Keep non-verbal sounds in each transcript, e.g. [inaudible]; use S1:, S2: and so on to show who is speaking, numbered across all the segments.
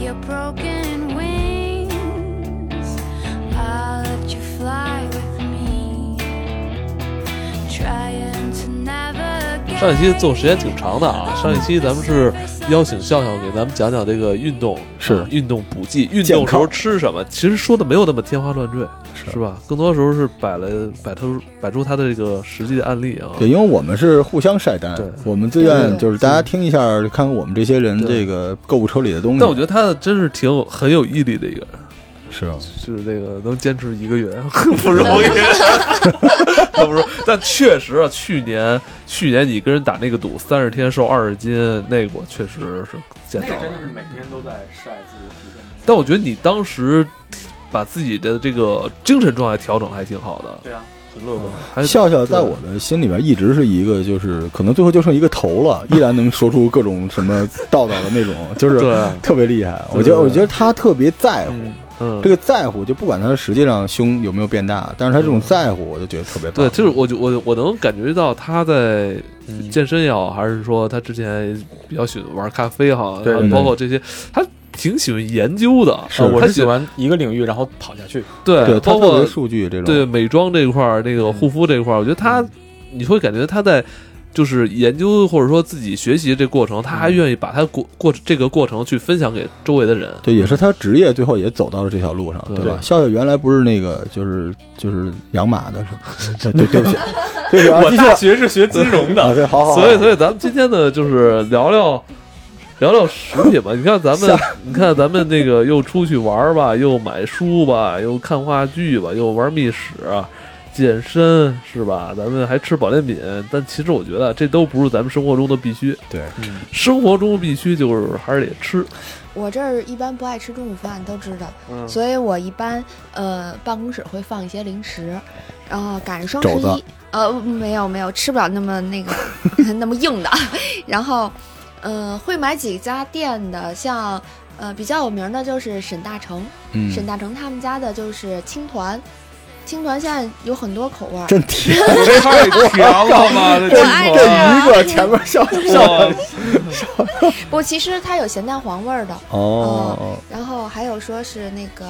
S1: your broken wings. I'll let you fly with me. Trying to navigate.
S2: 上一期做时间挺长的啊，上一期咱们是邀请笑笑给咱们讲讲这个运动，
S3: 是
S2: 运动补剂，运动时
S3: 健
S2: 候
S3: 康
S2: 吃什么，其实说的没有那么天花乱坠，是吧？更多时候是摆了摆出摆出他的这个实际的案例啊。
S3: 对，因为我们是互相晒单
S2: 对，
S3: 我们自
S4: 对
S3: 愿
S4: 对
S3: 就是大家听一下，看看我们这些人
S2: 对
S3: 这个购物车里的东西。
S2: 但我觉得他真是挺有很有毅力的一个人，
S3: 是啊，
S2: 就是这个能坚持一个月 [laughs] 不容易，他不是，但确实啊，去年去年你跟人打那个赌，三十天瘦二十斤，那个我确实是见到
S5: 那个
S2: 了
S5: 真。的是每天都在晒自己的体重。
S2: 但我觉得你当时把自己的这个精神状态调整还挺好的，
S5: 对啊，很乐观。
S2: 还
S3: 笑笑在
S2: 对
S3: 我的心里边一直是一个，就是可能最后就剩一个头了，依然能说出各种什么道道的
S2: [laughs]
S3: 那种，就是
S2: 对
S3: 特别厉害。
S2: 对
S3: 我觉得，
S2: 对
S3: 我觉得他特别在乎
S2: 嗯嗯
S3: 这，个在乎，就不管他实际上胸有没有变大，但是他这种在乎，我就觉得特别棒。
S2: 嗯对，就是我就我我能感觉到他在
S3: 嗯
S2: 健身也好，还是说他之前比较喜欢玩咖啡哈，
S5: 对
S2: 然后
S3: 对
S2: 包括这些，他挺喜欢研究的，
S3: 是
S2: 啊
S5: 我
S2: 他
S5: 是喜欢一个领域，然后跑下去。
S2: 对，
S3: 对，他
S2: 包
S3: 特
S2: 括
S3: 别数据这种，嗯
S2: 对美妆这一块儿，那个护肤这一块儿，我觉得他你会感觉他在。就是研究或者说自己学习这过程，他还
S3: 嗯
S2: 愿意把他过过这个过程去分享给周围的人。
S3: 对，也是他职业最后也走到了这条路上，
S2: 对
S3: 对吧？笑笑原来不是那个，就是就是养马的，是吧 [laughs] 对对对不起，对不起啊，继续啊
S5: 学是学金融
S3: 啊，，对，好好，
S2: 所以，所
S3: 以
S2: 以咱们今天呢，就是聊聊聊聊食品吧。你看咱们，你看咱们那个又出去玩儿吧，又买书吧，又看话剧吧，又玩密室、健身是吧？咱们还吃保健品，但其实我觉得这都不是咱们生活中的必须。嗯
S3: 对，
S2: 生活中必须就是还是得吃。
S4: 我这儿一般不爱吃中午饭，都知道，
S2: 嗯
S4: 所以我一般呃办公室会放一些零食，然后赶上双
S3: 肘
S4: 十
S3: 子
S4: 一，呃没有没有吃不了那么那
S3: [laughs]
S4: 个那么硬的， [laughs] 然后嗯、呃会买几家店的，像呃比较有名的就是沈大成，
S3: 嗯，
S4: 沈大成他们家的就是青团，青团现在有很多口味儿，
S3: 真甜，
S2: 这太强了吧！这
S4: 我爱
S3: 这
S4: 对啊
S3: 一个前面笑
S2: [laughs]
S3: 笑
S2: 哇
S4: 不其实它有咸蛋黄味儿的，
S3: 哦，
S4: 然后还有说是那个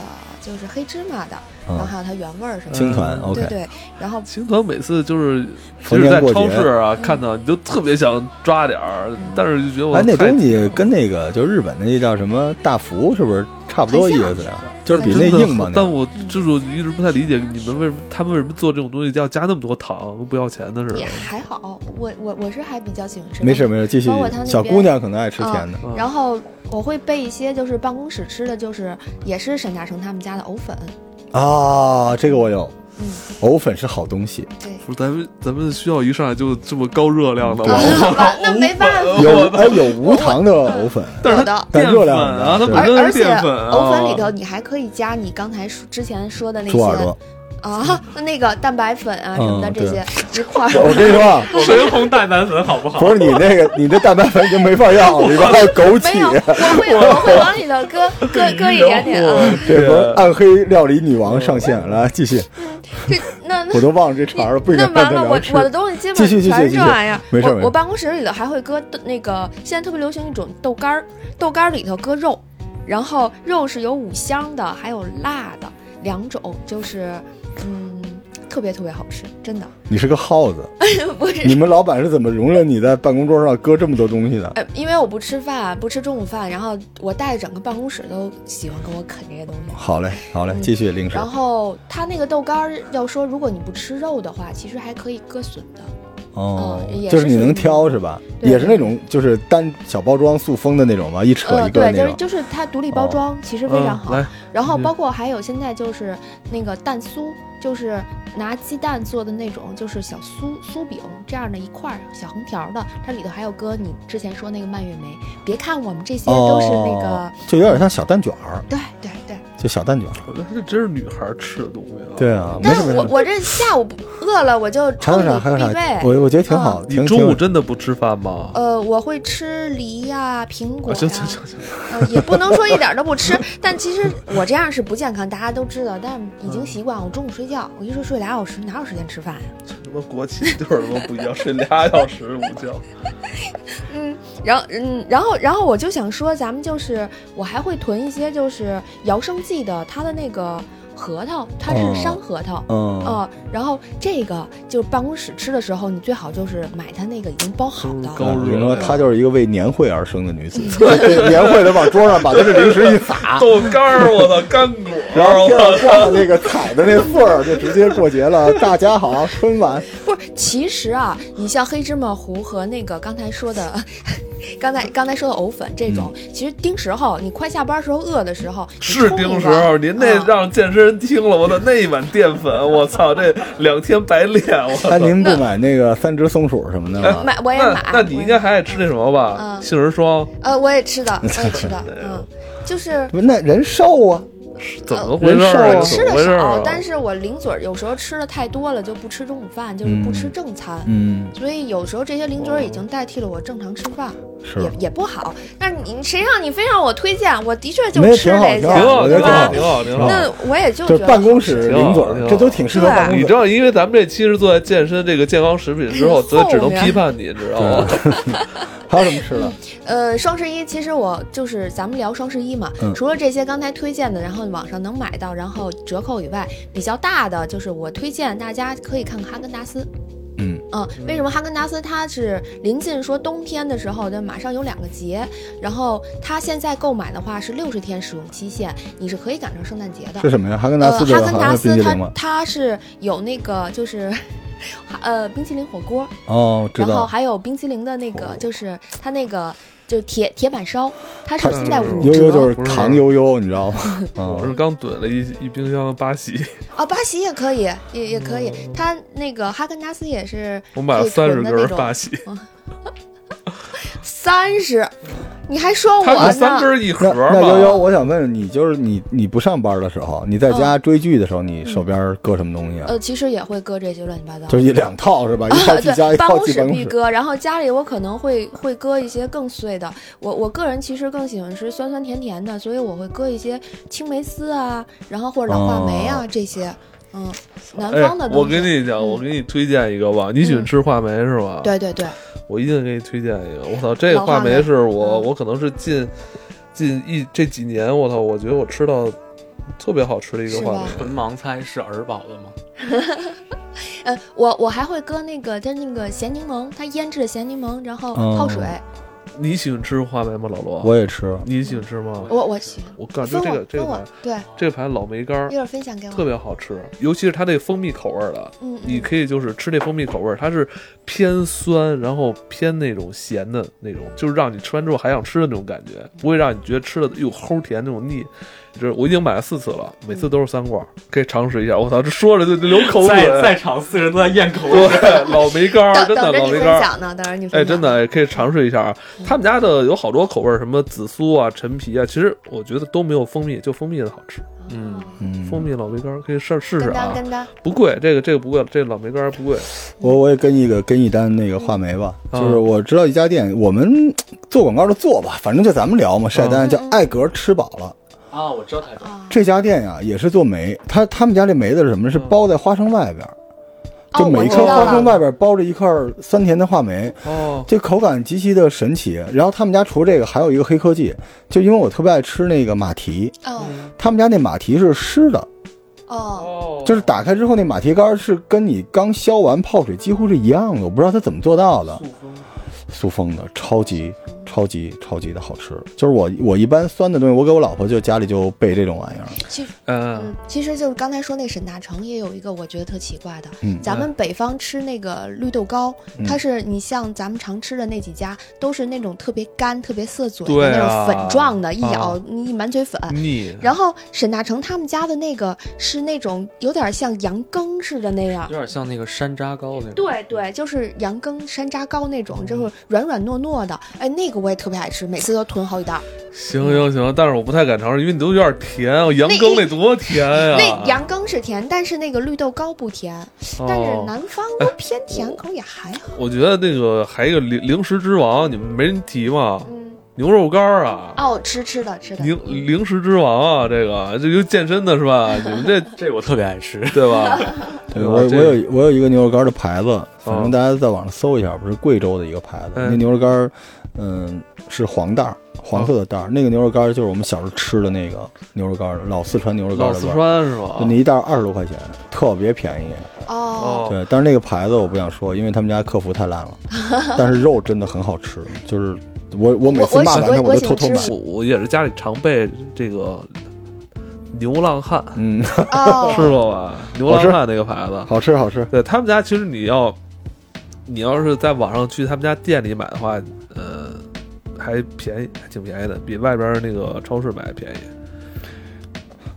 S4: 就是黑芝麻的，然后
S3: 嗯，
S4: 还有它原味儿什么的。
S3: 青团
S2: 嗯
S4: 对
S3: ，OK，
S4: 对，然后
S2: 青团每次就是，就
S3: 逢
S2: 是
S3: 年
S2: 在
S3: 过节
S2: 超市啊看到，你就特别想抓点儿，但是就觉得我
S3: 哎，那
S2: 太
S3: 东西跟那个就日本那叫什么大福是不是差不多意思呀？就是比
S4: 真
S3: 那
S2: 哎真的
S3: 硬嘛
S2: 很，
S3: 那
S2: 但我就是我一直不太理解你们为什么他们为什么做这种东西要加那么多糖，跟不要钱的似啊
S4: 也
S2: 的。
S4: 还好，我我我是还比较喜欢吃。
S3: 没事。没事，继续
S4: 包括他那，边
S3: 小姑娘可能爱吃甜的，
S2: 嗯
S4: 然后我会备一些，就是办公室吃的，就是也是沈大成他们家的藕粉。
S3: 啊，这个我有，
S4: 哦嗯，
S3: 藕粉是好东西，
S4: 对。
S2: 不是咱们咱们需要一上来就这么高热量的
S3: 对
S2: 吗？
S4: [laughs] 啊那没办法，
S3: 有哎有无糖的藕粉，
S2: [laughs] 但是它
S4: 有的。
S3: 但
S2: 淀
S3: 热
S2: 粉
S3: 量
S2: 啊，它
S3: 很
S2: 本
S3: 大
S4: 而
S2: 身
S4: 而
S2: 是
S4: 且
S2: 淀粉啊。
S4: 藕粉里头，你还可以加你刚才说之前说的那
S3: 猪耳朵
S4: 些。啊，那个蛋白粉啊什么的
S3: 嗯
S4: 这些一块
S3: 我
S4: 儿，
S3: 我跟你说啊，
S5: 神红蛋白粉好不好？
S3: 不是你那个，你这蛋白粉已经没法要了，里边还有枸
S4: [laughs] 没有，我
S3: 杞，
S4: 会我会往里头
S3: [laughs]
S4: 搁搁搁一点点啊。
S3: 这不是暗黑料理女王上线来继
S4: [laughs]
S3: 续，
S4: 这那那
S3: 我都忘了这茬儿了，不应该
S4: 那
S3: 跟他
S4: 完了，我
S3: 聊吃
S4: 我。的东西基
S3: 继
S4: 本
S3: 续继续
S4: 全
S3: 继
S4: 是
S3: 续
S4: 这玩意儿。
S3: 没事没事
S4: 我我办公室里头还会搁豆那个，现在特别流行一种豆干儿，豆干儿里头搁肉，然后肉是有五香的，还有辣的两种，就是嗯，特别特别好吃，
S3: [laughs]
S4: 真的
S3: 你是个耗子，
S4: 不
S3: 你
S4: 是。
S3: 们老板是怎么容忍你在办公桌上搁这么多东西的？
S4: 呃，因为我不吃饭，不吃中午饭，然后我带着整个办公室都喜欢跟我啃这些东西。
S3: 好嘞，好嘞，继续零食
S4: 然。后它那个豆干儿，要说如果你不吃肉的话，其实还可以搁笋的。
S3: 哦
S4: 嗯也，是
S3: 就是你能挑是吧？
S4: 对
S3: 也是那种就是单小包装塑封的那种吧，一扯
S4: 呃，
S3: 一个
S4: 对，
S3: 那
S4: 就是
S3: 种。哦
S4: 就是它独立包装，其实非常好。
S2: 嗯来，
S4: 然后包括还有现在就是那个蛋酥，就是拿鸡蛋做的那种，就是小酥酥饼这样的一块儿小横条的，它里头还有搁你之前说那个蔓越莓。别看我们这些都是那个，
S3: 哦哦，就有点像小蛋卷儿，
S4: 对对对，
S3: 就小蛋卷
S4: 哦
S3: 儿。
S2: 我觉得这真是女孩吃的东西啊。
S3: 对啊，没
S4: 但
S3: 什
S4: 是
S3: 么
S4: 我
S3: 事。
S4: 我这下午不饿了，我就
S3: 还有
S4: 中
S3: 啥？
S4: 午
S3: 还有
S4: 必
S3: 啥？
S4: 备。
S3: 我我觉得挺好。挺
S2: 你中午
S3: 挺
S2: 真的不吃饭吗？
S4: 呃，我会吃梨呀、苹果
S2: 啊，
S4: 呀、
S2: 行行行行，
S4: 呃，也不能说一点儿都
S3: [laughs]
S4: 不吃，但其实我这样是不健康，大家都知道，但已
S3: 嗯
S4: 经习惯了。我中午睡觉，我一睡睡俩小时，哪有时间吃饭呀、啊
S2: 什么国企就是他妈不一样，睡俩小时午觉。
S4: 嗯，然后嗯，然后然后我就想说，咱们就是我还会囤一些就是姚生记的它的那个核桃，它
S3: 哦
S4: 是山核桃。
S3: 嗯
S4: 哦，然后这个就是办公室吃的时候，你最好就是买它那个已经包好的，
S2: 高
S3: 我
S2: 热
S3: 跟啊你说，
S2: 量
S3: 她就是一个为年会而生的女子。对 [laughs] 年会得往桌上把她这零食一
S2: [laughs]
S3: 撒，
S2: 豆干儿，我操，干果
S3: 然
S2: 儿，
S3: 后
S2: 我
S3: 天上
S2: 操，
S3: 挂的那个彩的那穗儿，就直接过节了。大家好，
S2: [laughs]
S3: 春晚。
S4: 不是，其实啊，你像黑芝麻糊和那个刚才说的， [laughs] 刚才刚才说的藕粉这种，其实盯时候，你快下班时候饿的时候，
S2: [laughs]
S4: 你
S2: 嗯是
S4: 冲一
S2: 丁时
S4: 碗
S2: 候，您那
S4: 啊
S2: 让健身人听了，我操，那一碗淀粉，我操，这两天白练，我操
S3: 哎，。您不买那个三只松鼠什么的
S2: [laughs]
S3: 吗？
S4: 买我也
S2: 那
S4: 买，
S2: 那你应该还爱吃那什么吧？
S4: 嗯
S2: 杏仁霜
S4: 呃，我也吃的，我也吃
S2: [laughs]
S4: 的，嗯，就是
S3: 不那人瘦啊，
S2: 怎么回事儿啊？
S3: 人
S4: 吃
S2: 怎么
S4: 的
S2: 回事儿
S4: 呃少，
S2: 啊？
S4: 但是我零嘴儿有时候吃的太多了，就不吃中午饭，就是不吃正餐。
S3: 嗯，
S4: 所以有时候这些零嘴儿已经代替了我正常吃饭，
S3: 是
S4: 也也不好。但是你谁让你非让我推荐，我的确就
S3: 没有
S4: 吃
S3: 挺好
S4: 这
S3: 挺
S4: 些，
S3: 好
S2: 挺好，
S3: 我觉
S2: 挺
S3: 得
S2: 好，
S3: 挺
S2: 挺好，挺好。
S4: 那我也就
S3: 就
S4: 觉
S3: 是
S4: 得
S3: 办公
S4: 好吃
S3: 室零嘴儿
S2: 挺好，
S3: 这都挺适合办公
S2: 你
S3: 室
S2: 知。道，因为咱们这期是坐在健身这个健康食品之后，所以只能批判你，知道吗？
S3: 还有什么吃的？
S4: 呃，双十一其实我就是咱们聊双十一嘛，
S3: 嗯
S4: 除了这些刚才推荐的，然后网上能买到，然后折扣以外，比较大的就是我推荐大家可以看看哈根达斯。
S3: 嗯
S4: 嗯，为什么哈根达斯它是临近说冬天的时候，就马上有两个节，然后它现在购买的话是六十天使用期限，你是可以赶上圣诞节的
S3: 是。什么呀？哈根达
S4: 呃，
S3: 斯
S4: 哈
S3: 这个
S4: 根
S3: 好
S4: 达
S3: 像是冰
S4: 斯
S3: 激
S4: 它
S3: 凌吧？
S4: 它是有那个就是，呃，冰淇淋火锅，
S3: 哦，知
S4: 然后
S3: 道。哦
S4: 还有冰淇淋的那个，就是它那个就铁铁板烧，它是
S3: 它嗯
S4: 现在五
S3: 悠
S4: 折
S3: 悠就是糖悠悠，你知
S4: [laughs]
S3: 道吗？
S2: 我是
S3: 啊，
S2: 刚怼了一一冰箱巴西，
S4: 哦，巴西也可以，也也可以，
S3: 嗯
S4: 它那个哈根达斯也是
S2: 我买了
S4: 可以
S2: 三十
S4: 囤的那
S2: 根
S4: 种哦
S2: 巴西，
S4: 三十，你还说我
S2: 它是三
S4: 呢？
S2: 根一盒
S3: 那那悠悠，
S2: 嘛。
S3: 我想问你，就是你你不上班的时候，你在家追剧的时候，你手边搁什么东西啊？
S4: 嗯呃，其实也会搁这些乱七八糟
S3: 就。一两套是吧？一套寄家，
S4: 对，
S3: 一套
S4: 公
S3: 寄
S4: 室
S3: 办公
S4: 必
S3: 室。
S4: 搁，然后家里我可能会会搁一些更碎的。我我个人其实更喜欢吃酸酸甜甜的，所以我会搁一些青梅丝啊，然后或者老话梅啊、这些。嗯，南
S2: 哦哎
S4: 方的，东
S2: 我
S4: 西。
S2: 跟
S4: 嗯
S2: 你讲，我给你推荐一个吧。你喜欢吃话梅是吧？，
S4: 对对对，
S2: 我一定给你推荐一个。我操，这
S4: 老话
S2: 话
S4: 梅
S2: 梅是我，
S4: 嗯
S2: 我可能是近近一这几年，我操，我觉得我吃到特别好吃的一个
S4: 是
S2: 话
S4: 吧
S2: 梅。
S5: 纯盲猜是儿宝的吗？
S4: 呃，我我还会搁那个它那个咸柠檬，它腌制的咸柠檬，然后
S2: 哦
S3: 嗯
S4: 泡水。
S2: 你喜欢吃话梅吗，老罗？
S3: 我也吃，
S2: 你喜欢吃吗？
S4: 我我行，
S2: 我感觉
S4: 分
S2: 啊这
S4: 我
S2: 个这
S4: 分
S2: 个
S4: 我
S2: 牌，
S4: 对，
S2: 这个牌老梅干儿
S4: 一会儿分享给我。
S2: 特别好吃，尤其是它这蜂蜜口味儿的，
S4: 嗯，嗯
S2: 你可以就是吃这蜂蜜口味儿，它是偏酸，然后偏那种咸的那种，就是让你吃完之后还想吃的那种感觉，不会让你觉得吃了又齁甜那种腻。就是我已经买了四次了，每次都是三罐儿，可以尝试一下。我操，这说着就就流口水。
S5: 在在场四人都在咽口水。
S2: 对，老梅干儿，真的
S4: 等等着
S2: 老
S4: 你
S2: 梅
S4: 分
S2: 干儿。
S4: 享呢，等着你分享。
S2: 哎，真的，哎，可以尝试一下啊！他们家的有好多口味儿，什么紫苏啊、陈皮啊，其实我觉得都没有蜂蜜，就蜂蜜的好吃。
S5: 嗯
S4: 哦，
S3: 嗯，
S2: 蜂蜜老梅干儿可以试试试
S4: 跟
S2: 啊
S4: 单，跟单，
S2: 不贵，这个这个不贵，这个老梅干儿不贵。
S3: 我我也跟一个跟一单那个话梅吧，
S2: 嗯
S3: 就是我知道一家店，我们做广告就做吧，反正就咱们聊嘛，晒单
S4: 嗯
S3: 叫爱格吃饱了。
S5: 啊，我知道他
S4: 啊，
S3: 这家店呀、也是做梅，他他们家这梅子是什么？是
S2: 嗯
S3: 包在花生外边儿，
S4: 哦
S3: 就每一
S4: 我
S3: 颗
S4: 知
S3: 花
S4: 道
S3: 生
S4: 了
S3: 外边包着一块酸甜的话梅，
S2: 哦，
S3: 这口感极其的神奇。然后他们家除了这个，还有一个黑科技，就因为我特别爱吃那个马蹄，
S4: 哦
S2: 嗯
S3: 他们家那马蹄是湿的，
S4: 哦，
S2: 哦
S3: 就是打开之后那马蹄干儿是跟你刚削完泡水几乎是一样的，我不知道他怎么做到的。塑封的，超级超级超级的好吃。就是我我一般酸的东西，我给我老婆就家里就备这种玩意儿。
S4: 其实
S2: 嗯
S4: 嗯，，其实就是刚才说那沈大成也有一个我觉得特奇怪的，
S3: 嗯
S4: 咱们北方吃那个绿豆糕，
S3: 嗯
S4: 它是你像咱们常吃的那几家，都是那种特别干、特别涩嘴
S2: 对
S4: 的
S2: 啊
S4: 那种粉状的，一咬
S2: 啊
S4: 你一满嘴粉。
S2: 腻。
S4: 然后沈大成他们家的那个是那种有点像羊羹似的那样
S5: 有，点像那个山楂糕那种。
S2: 嗯
S4: 对对，就是羊羹、山楂糕那种，就是软软糯糯的，哎，那个我也特别爱吃，每次都囤好几袋儿。
S2: 行行行，但是我不太敢尝试，因为你都有点甜啊，羊羹那多甜哎啊呀、
S4: 那羊羹是甜，但是那个绿豆糕不甜，但是
S2: 哦、
S4: 南方都偏甜，可能也还好。
S2: 我觉得那个还有一个零零食之王，你们没人提吗？
S4: 嗯，
S2: 牛肉干儿啊，
S4: 哦，吃吃的吃的，嗯
S2: 零零食之王啊，这个这就健身的是 [laughs] 吧？你们这
S5: 这我特别爱吃。
S2: 对吧？
S3: 对
S2: 对吧
S3: 我
S2: 这哦
S3: 我有我有一个牛肉干的牌子，反正大家在网上搜一下，不是贵州的一个牌子。
S2: 嗯
S3: 那牛肉干儿，嗯，是黄袋儿，黄色的
S2: 哦
S3: 袋儿。那个牛肉干儿就是我们小时候吃的那个牛肉干儿，老四川牛肉干
S2: 老
S3: 儿的
S2: 四
S3: 味儿。
S2: 川是吧
S3: 就？那一袋二十多块钱，特别便宜。
S4: 哦，
S2: 哦，
S3: 对，但是那个牌子我不想说，因为他们家客服太
S2: [laughs]
S3: 烂了。但是肉真的很好吃，就是我我每次
S4: 我
S3: 骂完他，
S4: 我喜我
S3: 都
S4: 喜
S3: 偷
S4: 欢
S3: 偷
S4: 吃
S3: 买。
S2: 我我也是家里常备这个牛浪汉，
S3: 嗯，
S4: 哦，
S2: 吃过吧？牛浪汉那个牌子，
S3: 好吃好吃。
S2: 对他们家其实你要你要是在网上去他们家店里买的话，呃，还便宜，还挺便宜的，比外边儿那个超市买还便宜。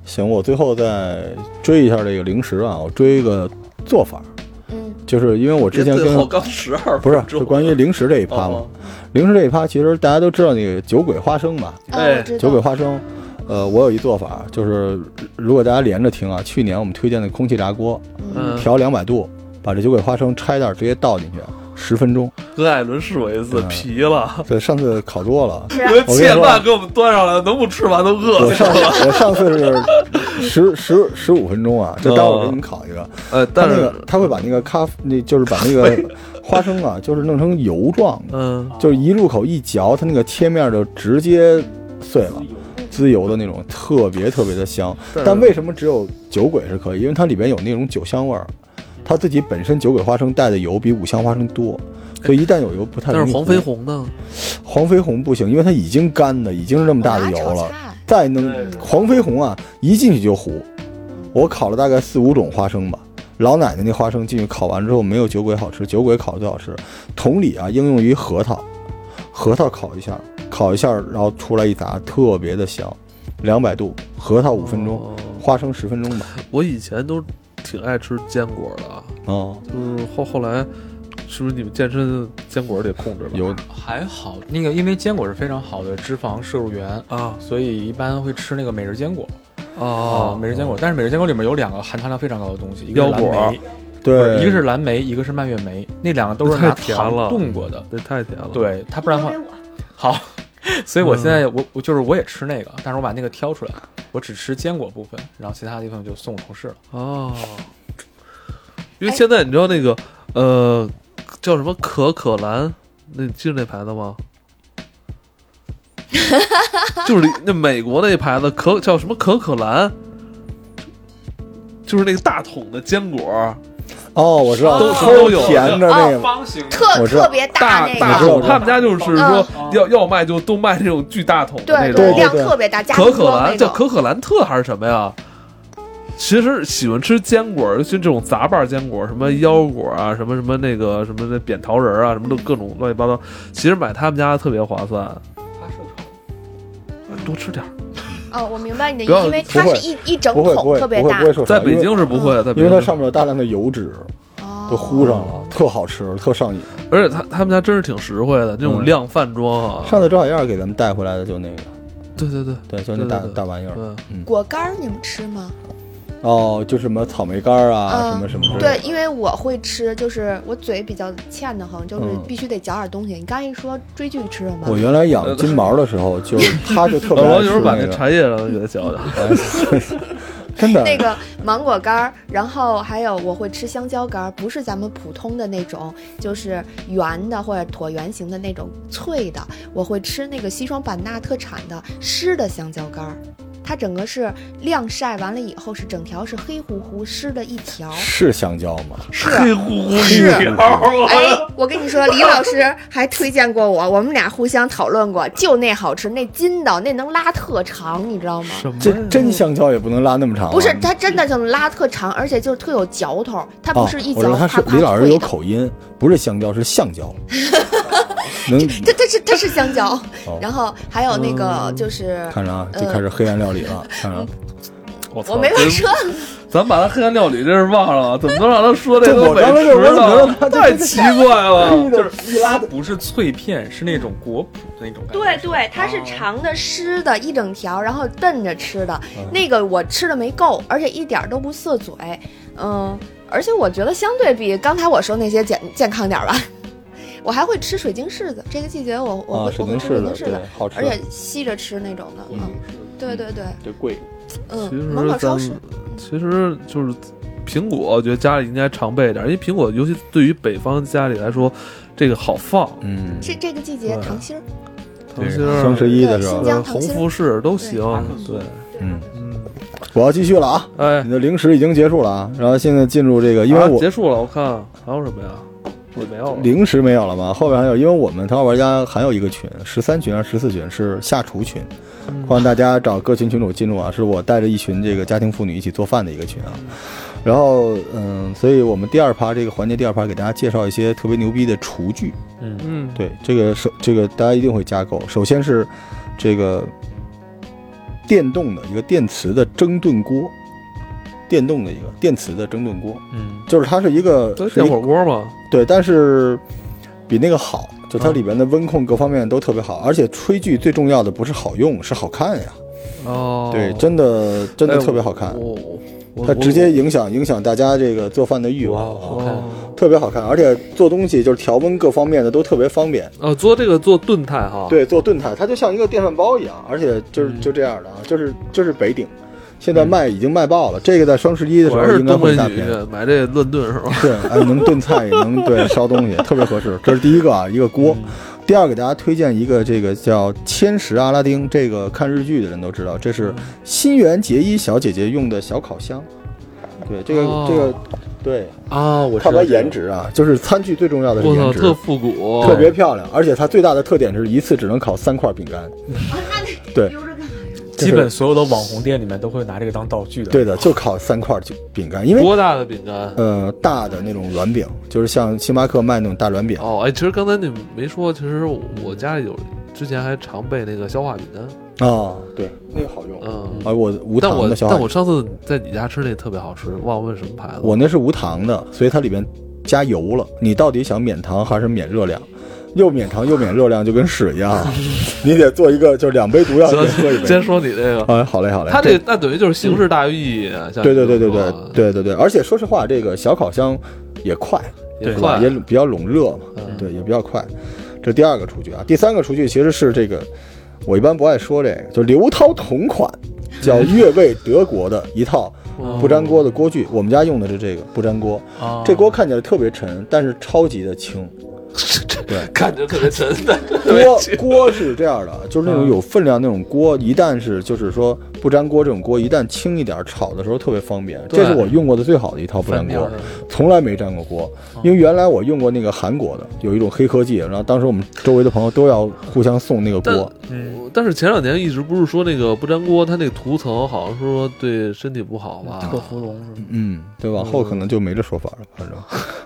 S3: 行，我最后再追一下这个零食啊，我追一个做法，
S4: 嗯，
S3: 就是因为我之前跟
S2: 我刚啊十二
S3: 不是，是关于零食这一趴嘛。
S2: 哦
S3: 零食这一趴，其实大家都知道那个酒鬼花生吧？
S4: 哦，
S2: 哎
S4: 我知
S3: 酒鬼
S4: 道，
S3: 花生，呃，我有一做法，就是如果大家连着听啊，去年我们推荐的空气炸锅，
S2: 嗯
S3: 调两百度，把这酒鬼花生拆袋儿直接倒进去，十
S2: [laughs]
S3: 分钟。
S2: [laughs] 跟艾伦试过一次，
S3: 嗯
S2: 皮了。
S3: [laughs] 对，上次烤
S2: [laughs]
S3: 多了。
S4: 是
S2: 我
S3: 我跟你
S2: 切
S3: 说
S2: 饭给我们端上来，能不吃完都饿
S3: 我
S2: 死。
S3: 上我上次是十十十五分钟啊，就待会儿给你们烤一个。
S2: [laughs] 呃，
S3: 他
S2: 但
S3: 那
S2: 是
S3: 个，他会把那个咖啡，那就是把那
S2: [laughs]
S3: 个花生啊，就是弄成油状的，
S2: 嗯，
S3: 就是一入口一嚼，它那个切面就直接碎了，滋油的那种，特别特别的香。
S2: 但
S3: 但
S2: 是
S3: 为什么只有酒鬼是可以？因为它里边有那种酒香味儿，它自己本身酒鬼花生带的油比五香花生多，所以一旦有油不太
S2: 但
S3: 容易
S2: 是
S3: 糊。
S2: 黄飞鸿呢？
S3: 黄飞鸿不行，因为它已经干的，已经是那么嗯大
S2: 哦
S3: 的油了
S4: 我拿炒，菜
S3: 再弄
S5: 对对
S3: 黄飞鸿啊，一进去就糊。我烤了大概四五种花生吧，老奶奶那花生进去烤完之后没有酒鬼好吃，酒鬼烤的最好吃。同理啊，应用于核桃，核桃烤一下，烤一下，然后出来一砸，特别的香。两百度，核桃五分钟，
S2: 哦
S3: 花生十分钟吧。
S2: 我以前都挺爱吃坚果的啊，
S3: 哦，
S2: 就是后后来，是不是你们健身坚果得控制吧？
S3: 嗯有
S5: 还好，那个因为坚果是非常好的脂肪摄入源，
S2: 啊
S5: 所以一般会吃那个每日坚果
S2: 啊
S5: 每日坚果。但是每日坚果里面有两个含糖量非常高的东西，一个
S2: 腰
S5: 是蓝
S2: 果
S5: 莓，不是
S3: 对，
S5: 一个是蓝莓，一个是蔓越莓，那两个都是
S2: 太
S5: 拿
S2: 甜
S5: 糖
S2: 了
S5: 冻过的。
S2: 这太甜了。，
S5: 对，它不然的
S4: 因
S5: 话
S4: 为我
S5: 好。 [laughs] 所以我
S3: 嗯
S5: 现在我我就是我也吃那个，但是我把那个挑出来，我只吃坚果部分，然后其他地方就送我同事了。
S2: 哦，因为现在你知道那个呃叫什么可可兰，那记得那牌子吗？就是那美国那牌子可叫什么可可兰，就是那个大桶的坚果，
S3: 哦，我知道，
S2: 都
S3: 齁
S2: 都有
S3: 甜的那
S4: 哦
S3: 个，
S5: 方形
S3: 我
S4: 特
S3: 知道
S4: 特别
S2: 大
S4: 那
S2: 大
S3: 知道
S2: 桶，
S4: 个，
S3: 我知道
S2: 他们家就是说要要卖就都卖那种巨大桶的那
S4: 对
S2: 种。
S3: 对
S4: 量
S3: 对
S4: 特别大，家
S2: 可
S4: 庭
S2: 可
S4: 装
S2: 兰
S4: 那
S2: 叫
S4: 种。
S2: 可可兰特还是什么呀？其实喜欢吃坚果，尤其这种杂瓣坚果，什么腰果啊，
S4: 嗯
S2: 什么什么那个什么那扁桃仁啊，什么的各种乱七八糟。其实买他们家的特别划算，多吃点儿。
S4: 哦，我明白你的
S2: 不
S4: 意
S2: 要
S4: 思，因为它
S3: 不会
S4: 是一一整
S3: 不会不
S4: 桶
S3: 会
S4: 特
S3: 不
S4: 别
S3: 会
S4: 大
S3: 不会，受
S2: 在
S3: 伤，因
S2: 北
S3: 为
S2: 京是不会的，在北
S3: 因
S2: 京
S3: 为它
S2: 是
S3: 上面有大量的油脂都
S4: 哦，
S3: 糊上了，特好吃，特上瘾。
S2: 不会，而且他他们家真是挺实惠的，这种
S3: 嗯
S2: 量饭装啊。
S3: 上次周小燕给咱们带回来的就那个，
S2: 对对对
S3: 对，嗯就那大
S2: 对对对
S3: 大玩意儿，
S2: 对，
S4: 果干儿你们吃吗？
S3: 哦，就什么草莓干儿啊，
S4: 嗯
S3: 什么什么之类的，，
S4: 对因为我会吃，就是我嘴比较欠的很，就是
S3: 嗯
S4: 必须得嚼点东西。你刚一说追剧吃什么？
S3: 我原来养金毛的时候，
S4: [laughs]
S3: 就它就 [laughs] 特别
S2: 老
S3: 爱
S2: 王一会
S3: 吃
S2: 儿把
S3: 那
S2: 那
S3: 个，
S2: 茶叶让他给他嚼嚼。
S3: 真的
S4: 那个芒果干儿，然后还有我会吃香蕉干儿，不是咱们普通的那种，就是圆的或者椭圆形的那种脆的，我会吃那个西双版纳特产的湿的香蕉干儿，它整个是晾晒完了以后是整条是黑乎乎湿的一条。
S3: 是香蕉吗？
S4: 是
S2: [laughs] 黑乎乎
S4: 是
S2: 一条啊！
S4: 哎，我跟你说，李老师还推荐过我， [laughs] 我们俩互相讨论过，就那好吃，那筋道，那能拉特长，你知道吗？
S2: 什么呀？
S3: 真真香蕉也不能拉那么长啊，
S4: 不是，它真的就能拉特长，而且就是特有嚼头，它
S3: 哦，
S4: 不是一
S3: 我知
S4: 嚼
S3: 道
S4: 啪
S3: 他是
S4: 啪脆的。
S3: 李老师有口音，不是香蕉是橡胶，能
S4: [laughs] 它它是它是香蕉，
S3: 哦嗯
S4: 然后还有那个就是。
S3: 看着啊，就开始黑暗料理了，看着啊
S2: 我操
S4: 我没法
S2: 真
S4: 说，
S2: 咱把他黑暗料理这事忘了，怎么能让他说这
S3: 对
S2: 个
S3: 我
S2: 美
S3: 刚才就
S2: 食
S3: 我怎么让他
S2: 呢？太奇怪了，
S4: 嗯
S3: 就是一拉的，
S5: 不是脆片，是那种果脯的那种感觉。
S4: 对对，它
S3: 哦
S4: 是长的、湿的，一整条，然后炖着吃的。
S3: 嗯
S4: 那个我吃的没够，而且一点儿都不涩嘴。嗯，而且我觉得相对比刚才我说那些健健康点儿吧。 [laughs] 我还会吃水晶柿子，这个季节我我
S3: 啊，
S4: 会、
S3: 水
S4: 我会
S3: 晶
S4: 吃水
S3: 柿
S4: 晶
S3: 子，
S4: 柿
S3: 对
S4: 子，，
S3: 好吃
S4: 而。且吸着吃那种的。嗯，对对对，
S6: 就贵。
S4: 嗯
S2: 其，
S4: 门口
S2: 实
S4: 超
S2: 咱
S4: 市嗯
S2: 们其实就是苹果，我觉得家里应该常备点儿，因为苹果尤其对于北方家里来说，这个好放，
S3: 嗯，
S4: 这这个季节
S2: 对
S4: 糖心儿，
S2: 糖心
S3: 双
S2: 儿、
S3: 十一的时
S4: 对
S3: 候
S4: 新，疆
S2: 红
S4: 糖心儿
S2: 富士都行
S4: 对，
S2: 对，
S3: 嗯，
S2: 嗯，
S3: 我要继续了啊！
S2: 哎
S3: 你，的零食已经结束了啊，然后现在进入这个，因为
S2: 啊
S3: 我
S2: 结束了，我看还有什么呀？我没有了。
S3: 零食没有了嘛，后边还有，因为我们淘宝玩家还有一个群，十三群还是十四群是下厨群，
S2: 嗯
S3: 欢迎大家找各群群主进入啊，是我带着一群这个家庭妇女一起做饭的一个群啊。然后，嗯，所以我们第二趴这个环节，第二趴给大家介绍一些特别牛逼的厨具。
S2: 嗯，
S3: 对，这个首这个大家一定会加购，首先是这个电动的一个电磁的蒸炖锅，电动的一个电磁的蒸炖锅，
S5: 嗯，
S3: 就是它是一个
S2: 对，
S3: 是一
S2: 电火锅嘛，
S3: 对，但是比那个好，就它
S2: 嗯
S3: 里边的温控各方面都特别好，而且炊具最重要的不是好用，是好看呀。
S2: 哦，
S3: 对，真的真的
S2: 哎
S3: 特别好看，
S2: 我我我
S3: 它直
S2: 我
S3: 接影响影响大家这个做饭的欲望，
S5: 哇
S3: 啊
S2: 哦
S3: 特别好看，而且做东西就是调温各方面的都特别方便。
S2: 哦，做这个做炖态哈，，
S3: 对，做炖态它就像一个电饭煲一样，而且就是
S5: 嗯
S3: 就这样的啊，就是就是北鼎。现在卖已经卖爆了，这个在双十一的时
S2: 果
S3: 候
S2: 然是
S3: 应该
S2: 东北
S3: 会大
S2: 女
S3: 便宜。
S2: 婿买这乱炖是吧？ [laughs]
S3: 对，哎，能炖菜也能对烧东西，特别合适。这是第一个啊，一个锅。
S2: 嗯
S3: 第二，给大家推荐一个这个叫《千石阿拉丁》，这个看日剧的人都知道，这是
S2: 嗯
S3: 新垣结衣小姐姐用的小烤箱。对，这个、
S2: 哦
S3: 这个，对，
S5: 啊，我
S3: 看完颜值啊，就是餐具最重要的是
S2: 我操，
S3: 颜值，
S2: 特复古，
S3: 特别漂亮。而且它最大的特点是一次只能烤三块饼干。对，
S5: 基本所有的网红店里面都会拿这个当道具的。
S3: 对的，就烤三块饼干，因为
S2: 多大的饼干？
S3: 呃大的那种软饼，就是像星巴克卖那种大软饼。
S2: 哦，哎，其实刚才你们没说，其实我家里有，之前还常备那个消化饼干，
S3: 啊，对，那个好用
S2: 嗯，
S3: 而我啊无
S2: 但
S3: 糖
S2: 我
S3: 的小
S2: 但
S3: 海
S2: 我，上次在你家吃那特别好吃，忘了问什么牌子了。
S3: 我那是无糖的，所以它里边加油了。你到底想免糖还是免热量？又免糖又免热量，就跟屎
S2: [laughs]
S3: 一样，你得做一个，就是两杯毒药你得喝一
S2: 先
S3: 杯。
S2: 说你这个，
S3: 哎，好嘞，好嘞。
S2: 它这那等于就是形式大于意义啊，像
S3: 对
S2: 你
S3: 对
S2: 这
S3: 对对
S2: 么
S3: 对
S2: 说啊
S3: 对对对，而且说实话，这个小烤箱也快，
S2: 也
S3: 对吧
S2: 快
S3: 也比较拢热嘛，
S2: 嗯
S3: 对，也比较快。这第二个厨具啊，第三个厨具其实是这个，我一般不爱说这个，就刘涛同款，
S2: [laughs]
S3: 叫越位德国的一套
S2: 哦
S3: 不粘锅的锅具，我们家用的是这个不粘锅，
S5: 啊，
S3: 这锅看起来特别沉，但是超级的轻。
S2: 看着特别沉
S3: [laughs]
S2: 的，
S3: 锅锅是这
S2: [laughs]
S3: 样的，啊就是那
S2: 嗯
S3: 种有分量那种锅，一旦是就是说不粘锅这种锅，一旦轻一点，炒的时候特别方便。
S2: 对
S3: 这是我用过的最好的一套不粘
S5: 翻面
S3: 锅
S5: 儿的，
S3: 从来没粘过锅，
S2: 嗯
S3: 因为原来我用过那个韩国的，有一种黑科技，然后当时我们周围的朋友都要互相送那个锅。
S5: 嗯，
S2: 但是前两年一直不是说那个不粘锅，它那个涂层好像说对身体不好吧？
S5: 特氟龙是吗？
S3: 嗯，对，往后可能就没这说法了，反
S2: [laughs]
S3: 正。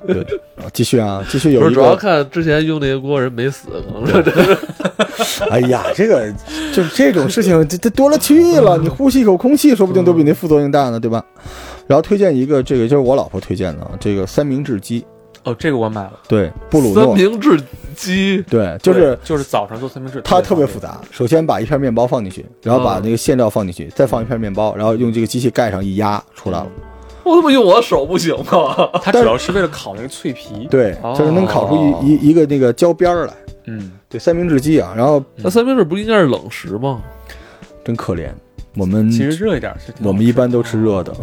S3: 对，然后继续啊，继续
S2: 不
S3: 有
S2: 是，
S3: 一
S2: 主要
S3: 个，
S2: 看之前用那些锅人没死，可能是
S3: [laughs] 哎呀，这个就是这种事情，这这多了去了，你呼吸一口空气，说不定都比那副作用大呢，对吧？然后推荐一个，这个就是我老婆推荐的，啊这个三明治机，
S5: 哦，这个我买了，
S3: 对，布鲁
S2: 三
S3: 诺，
S2: 明治鸡，
S3: 对，就是
S5: 对就是早上做三明治，
S3: 它特别
S5: 方
S3: 复杂。首先把一片面包放进去，然后
S2: 嗯
S3: 把那个馅料放进去，再放一片面包，然后用这个机器盖上一压出来了。
S2: 嗯我他妈用我的手不行吗？
S5: 便，它主要是为了烤那个脆皮。，
S3: 对，
S2: 哦
S3: 就是能烤出一一一个那个焦边儿来。
S5: 嗯，
S3: 对，三明治机啊，然后
S2: 那三明治不应该是冷食吗？
S3: 真可怜，我们
S5: 其实热一点是挺好吃的。
S3: 我们一般都吃热的，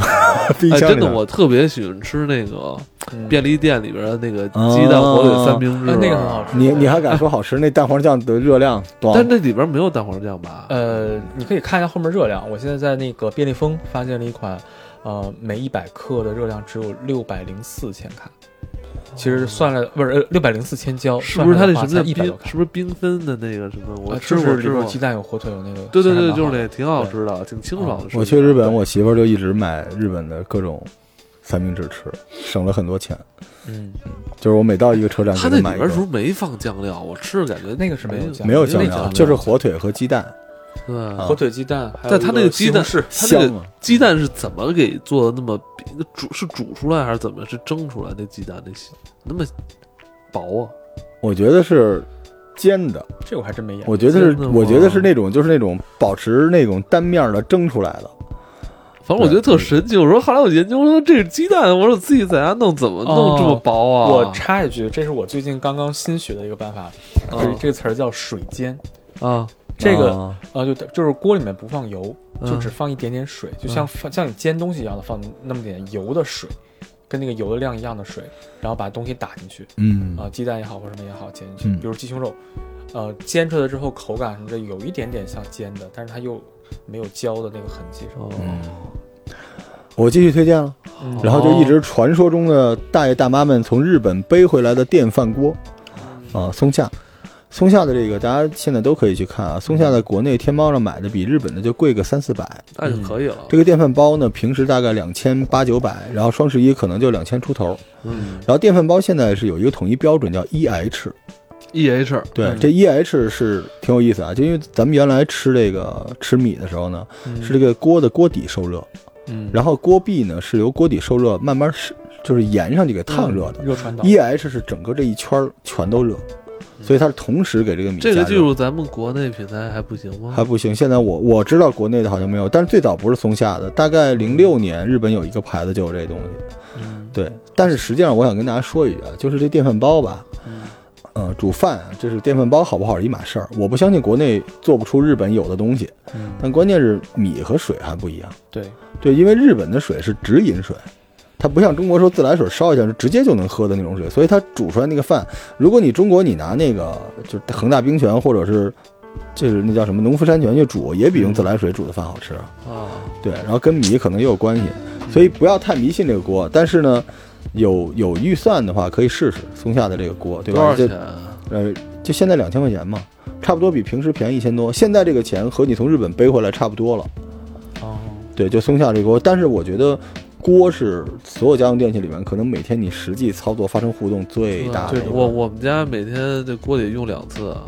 S3: 冰
S2: 哎，
S3: 箱里
S2: 真的，
S3: 面
S2: 我特别喜欢吃那个
S5: 嗯
S2: 便利店里边的那个鸡蛋火腿
S3: 哦
S2: 三明治，
S5: 啊那个很好吃
S3: 你你还敢说好吃？那蛋黄酱的热量，咣
S2: 但那里边没有蛋黄酱吧？
S5: 呃，你可以看一下后面热量。我现在在那个便利蜂发现了一款，呃，每一百克的热量只有六百零四千卡。其实算了，不是呃六百零四千焦，
S2: 是不是它那什么叫
S5: 一百
S2: 缤
S5: 多？卡
S2: 是？不是缤纷的那个什么？我
S5: 呃
S2: 吃
S5: 就
S2: 过
S5: 是里
S2: 吃
S5: 边
S2: 过
S5: 有，鸡蛋有火腿有那个，
S2: 对对对，
S5: 还蛮好
S2: 就是那个
S5: 的
S2: 挺好吃的，挺清爽的。
S3: 哦我去日本，我媳妇儿就一直买日本的各种三明治吃，省了很多钱。
S5: 嗯，
S3: 就是我每到一个车站
S2: 它
S3: 给
S2: 那
S3: 她买
S2: 里
S3: 一
S2: 边是不
S3: 个，
S2: 是没放酱料？我吃着感觉
S5: 那个是没有酱
S3: 没有
S2: 没有
S3: 酱料，
S2: 酱
S3: 就是火腿和鸡蛋。
S2: 对
S3: 啊
S5: 嗯火腿鸡蛋，还
S2: 嗯
S5: 有
S2: 但它那个鸡蛋
S5: 是
S2: 它那
S3: 香
S2: 个
S3: 啊
S2: 鸡蛋是怎么给做的那么煮是煮出来还是怎么是蒸出来那鸡蛋那些那么薄啊？
S3: 我觉得是煎的，
S5: 这个我还真没研究。
S3: 我觉得是
S2: 煎的吗
S3: 我觉得是那种就是那种保持那种单面的蒸出来的，
S2: 反正我觉得特神奇。我说后来我研究说这个鸡蛋，我说自己在家弄怎么弄
S5: 哦
S2: 这么薄啊？
S5: 我插一句，这是我最近刚刚新学的一个办法，就是这个词儿叫水煎。
S2: 啊，
S5: 这个
S3: 啊
S5: 呃，就就是锅里面不放油，
S2: 嗯
S5: 就只放一点点水，就像放像你煎东西一样的放那么点油的水，跟那个油的量一样的水，然后把东西打进去
S3: 嗯
S5: 啊、鸡蛋也好或者什么也好煎进去，
S3: 嗯
S5: 比如鸡胸肉，呃，煎出来之后口感什么的有一点点像煎的，但是它又没有焦的那个痕迹什么
S2: 哦
S5: 的。
S3: 嗯我继续推荐了，
S5: 嗯
S3: 然后
S2: 哦
S3: 就一直传说中的大爷大妈们从日本背回来的电饭锅，啊，松下，松下的这个大家现在都可以去看啊，松下在国内天猫上买的比日本的就贵个三四百，
S2: 那就可以了。
S3: 这个电饭煲呢，平时大概两千八九百，然后双十一可能就两千出头。
S2: 嗯
S3: 然后电饭煲现在是有一个统一标准，叫 EH。
S2: ，E H
S3: 对，
S5: 嗯
S3: 这 EH 是挺有意思啊，就因为咱们原来吃这个吃米的时候呢，
S2: 嗯
S3: 是这个锅的锅底受热，
S5: 嗯，
S3: 然后锅壁呢是由锅底受热慢慢是就是沿上去给烫热的。
S5: 热传导。
S3: EH 是整个这一圈儿全都热，所以它是同时给这个米
S2: 这
S3: 加热。
S2: 个进入咱们国内品牌还不行吗？
S3: 还不行，现在我我知道国内的好像没有，但是最早不是松下的，大概零六年日本有一个牌子就有这东西。
S5: 嗯
S3: 对，但是实际上我想跟大家说一句啊，就是这电饭煲吧，嗯、煮饭啊这是电饭煲好不好是一码事儿，我不相信国内做不出日本有的东西，
S5: 嗯，
S3: 但关键是米和水还不一样。
S5: 对，
S3: 对，因为日本的水是直饮水，它不像中国说自来水烧一下是直接就能喝的那种水，所以它煮出来那个饭，如果你中国你拿那个就是恒大冰泉或者是就是那叫什么农夫山泉去煮，也
S5: 嗯
S3: 比用自来水煮的饭好吃。
S2: 啊，
S3: 对，然后跟米可能也有关系，所以不要太迷信这个锅，但是呢。有有预算的话，可以试试松下的这个锅，对
S2: 多
S3: 吧？
S2: 少钱啊
S3: 就？呃，就现在两千块钱嘛，差不多比平时便宜一千多。现在这个钱和你从日本背回来差不多了。
S5: 哦，
S3: 对，就松下这锅。但是我觉得锅是所有家用电器里面，可能每天你实际操作发生互动最大的
S5: 对
S3: 一
S2: 我
S3: 个。
S2: 我们家每天这锅得用两次啊，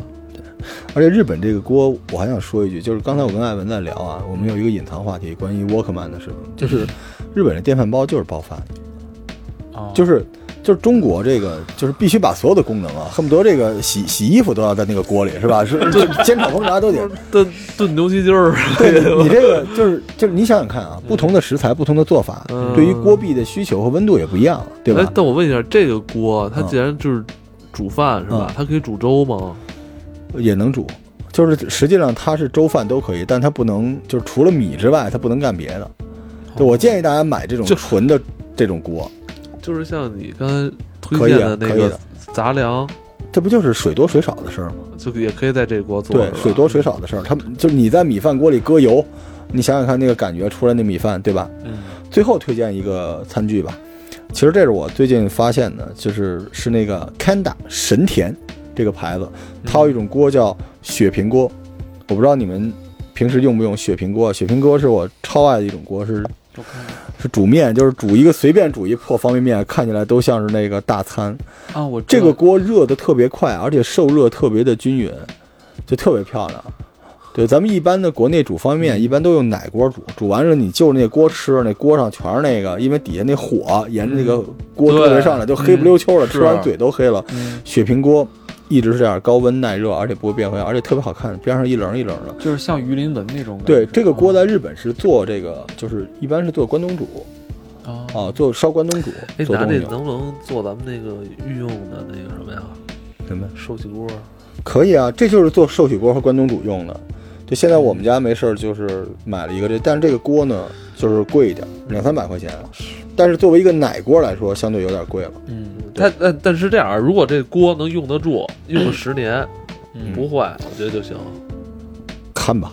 S3: 而且日本这个锅，我还想说一句，就是刚才我跟艾文在聊啊，我们有一个隐藏话题，关于 Walkman 的事情，
S2: 嗯
S3: 就是日本的电饭煲就是煲饭，
S5: 哦
S3: 就是。就是中国这个，就是必须把所有的功能啊，恨不得这个洗洗衣服都要在那个锅里，是吧？是是煎炒烹炸都得
S2: 炖炖牛蹄筋儿，
S3: 对你这个就是就是你想想看啊，不同的食材、不同的做法，
S2: 嗯
S3: 对于锅壁的需求和温度也不一样，对吧
S2: 哎？，但我问一下，这个锅啊它
S3: 嗯
S2: 既然就是煮饭是吧
S3: 嗯？
S2: 它可以煮粥吗？
S3: 也能煮，就是实际上它是粥饭都可以，但它不能就是除了米之外，它不能干别的。就我建议大家买这种
S2: 就
S3: 纯的这种锅，
S2: 就是像你刚才
S3: 可
S2: 推
S3: 以
S2: 荐
S3: 啊，
S2: 那
S3: 可以
S2: 个
S3: 的。
S2: 杂粮，
S3: 这不就是水多水少的事儿吗？
S2: 就也可以在这锅做，
S3: 对
S2: 是，吧
S3: 水多水少的事儿，它就是你在米饭锅里搁油，你想想看那个感觉出来那米饭，对吧？
S5: 嗯
S3: 最后推荐一个餐具吧，其实这是我最近发现的，就是是那个 Kanda 神田这个牌子，它有一种锅叫雪平锅，我不知道你们平时用不用雪平锅？雪平锅是我超爱的一种锅，是
S5: 我看看
S3: 是煮面，就是煮一个随便煮一破方便面，看起来都像是那个大餐。
S5: 啊，我知
S3: 这
S5: 道
S3: 个锅热的特别快，而且受热特别的均匀，就特别漂亮。对，咱们一般的国内煮方
S2: 嗯
S3: 便面，一般都用奶锅煮，煮完了你就着那锅吃，那锅上全是那个，因为底下那火沿着那个锅特别上来，就黑不溜秋的，吃完
S2: 嗯是啊
S3: 嘴都黑了。
S5: 嗯
S3: 雪平锅一直是这样，高温耐热，而且不会变黑，而且特别好看，边上一棱一棱的。
S5: 就是像鱼鳞纹那种感觉。
S3: 对，
S2: 嗯
S3: 这个锅在日本是做这个，就是一般是做关东煮
S5: 哦哦
S3: 啊，做烧关东煮
S2: 哎，
S3: 做
S2: 拿
S3: 东
S2: 这
S3: 西啊
S2: 能不能做咱们那个御用的那个什么呀？
S3: 什么呀
S2: 寿喜锅？
S3: 可以啊，这就是做寿喜锅和关东煮用的。就现在我们家没事儿，就是买了一个这，但是这个锅呢，就是贵一点，两三百块钱。但是作为一个奶锅来说，相对有点贵了。
S5: 嗯，
S2: 但但但是这样，啊如果这锅能用得住，用个十年
S5: 嗯
S2: 不坏，我觉得就行。
S3: 看吧，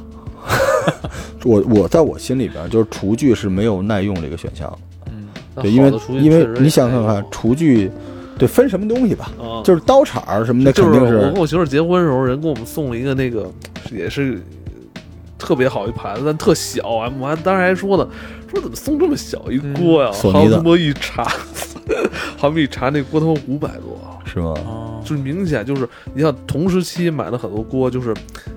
S3: [laughs] 我我在我心里边，就是厨具是没有耐用这个选项的。
S5: 嗯
S2: 那
S3: 对，因为
S2: 好的厨艺
S3: 因为
S2: 确实
S3: 你
S2: 也
S3: 想想
S2: 没有
S3: 看，厨具，对，分什么东西吧，
S2: 啊，
S3: 就是刀铲儿什么的，肯
S2: 就是
S3: 定
S2: 我
S3: 是
S2: 跟我媳妇儿结婚的时候，人给我们送了一个那个，也是特别好一盘子，但特小啊。我们还当时还说呢，说怎么送这么小一锅呀、
S3: 嗯索
S2: 好
S3: 尼的
S2: 他妈一查， [laughs] 好比查那锅头五百多，啊
S3: 是吗？
S5: 哦
S2: 就是明显就是你像同时期买了很多锅，就是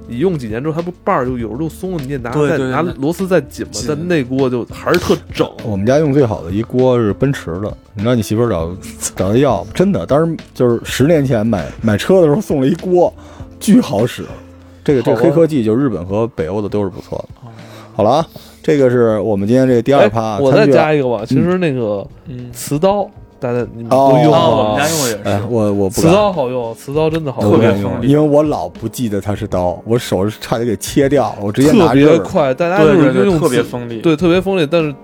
S2: 你用几年之后，它不把儿就有时候就松了，你也拿
S5: 对
S2: 再
S5: 对对
S2: 拿螺丝再紧吧，
S5: 紧
S2: 但那锅就还是特整。
S3: 我们家用最好的一锅是奔驰的，你让你媳妇儿找 [laughs] 找她要，真的，当时就是十年前买买车的时候送了一锅，巨好使。这个这个
S2: 好啊哦
S3: 黑科技，就日本和北欧的都是不错的。好了啊，这个是我们今天这个第二趴，啊
S2: 哎我
S3: 参
S2: 再
S3: 与
S2: 加一个吧，其实那个
S5: 嗯，
S2: 瓷刀，大家你们
S3: 哦
S2: 都用
S5: 啊，我
S2: 过吗
S5: 们家？用的也
S3: 哎
S5: 是，，
S3: 我我不
S2: 瓷
S3: 敢。
S2: 刀好用，瓷刀真的好
S3: 我
S2: 用，
S3: 不敢
S5: 特别锋
S3: 用，
S5: 利
S3: 因为我老不记得它是刀，我手是差点给切掉了，我直接拿
S2: 特
S3: 刃
S2: 别
S3: 儿
S2: 快，大家
S5: 对
S2: 就是
S5: 对
S2: 就
S5: 对，
S2: 用
S5: 特别
S2: 瓷
S5: 锋利，
S2: 对，特别锋利，但是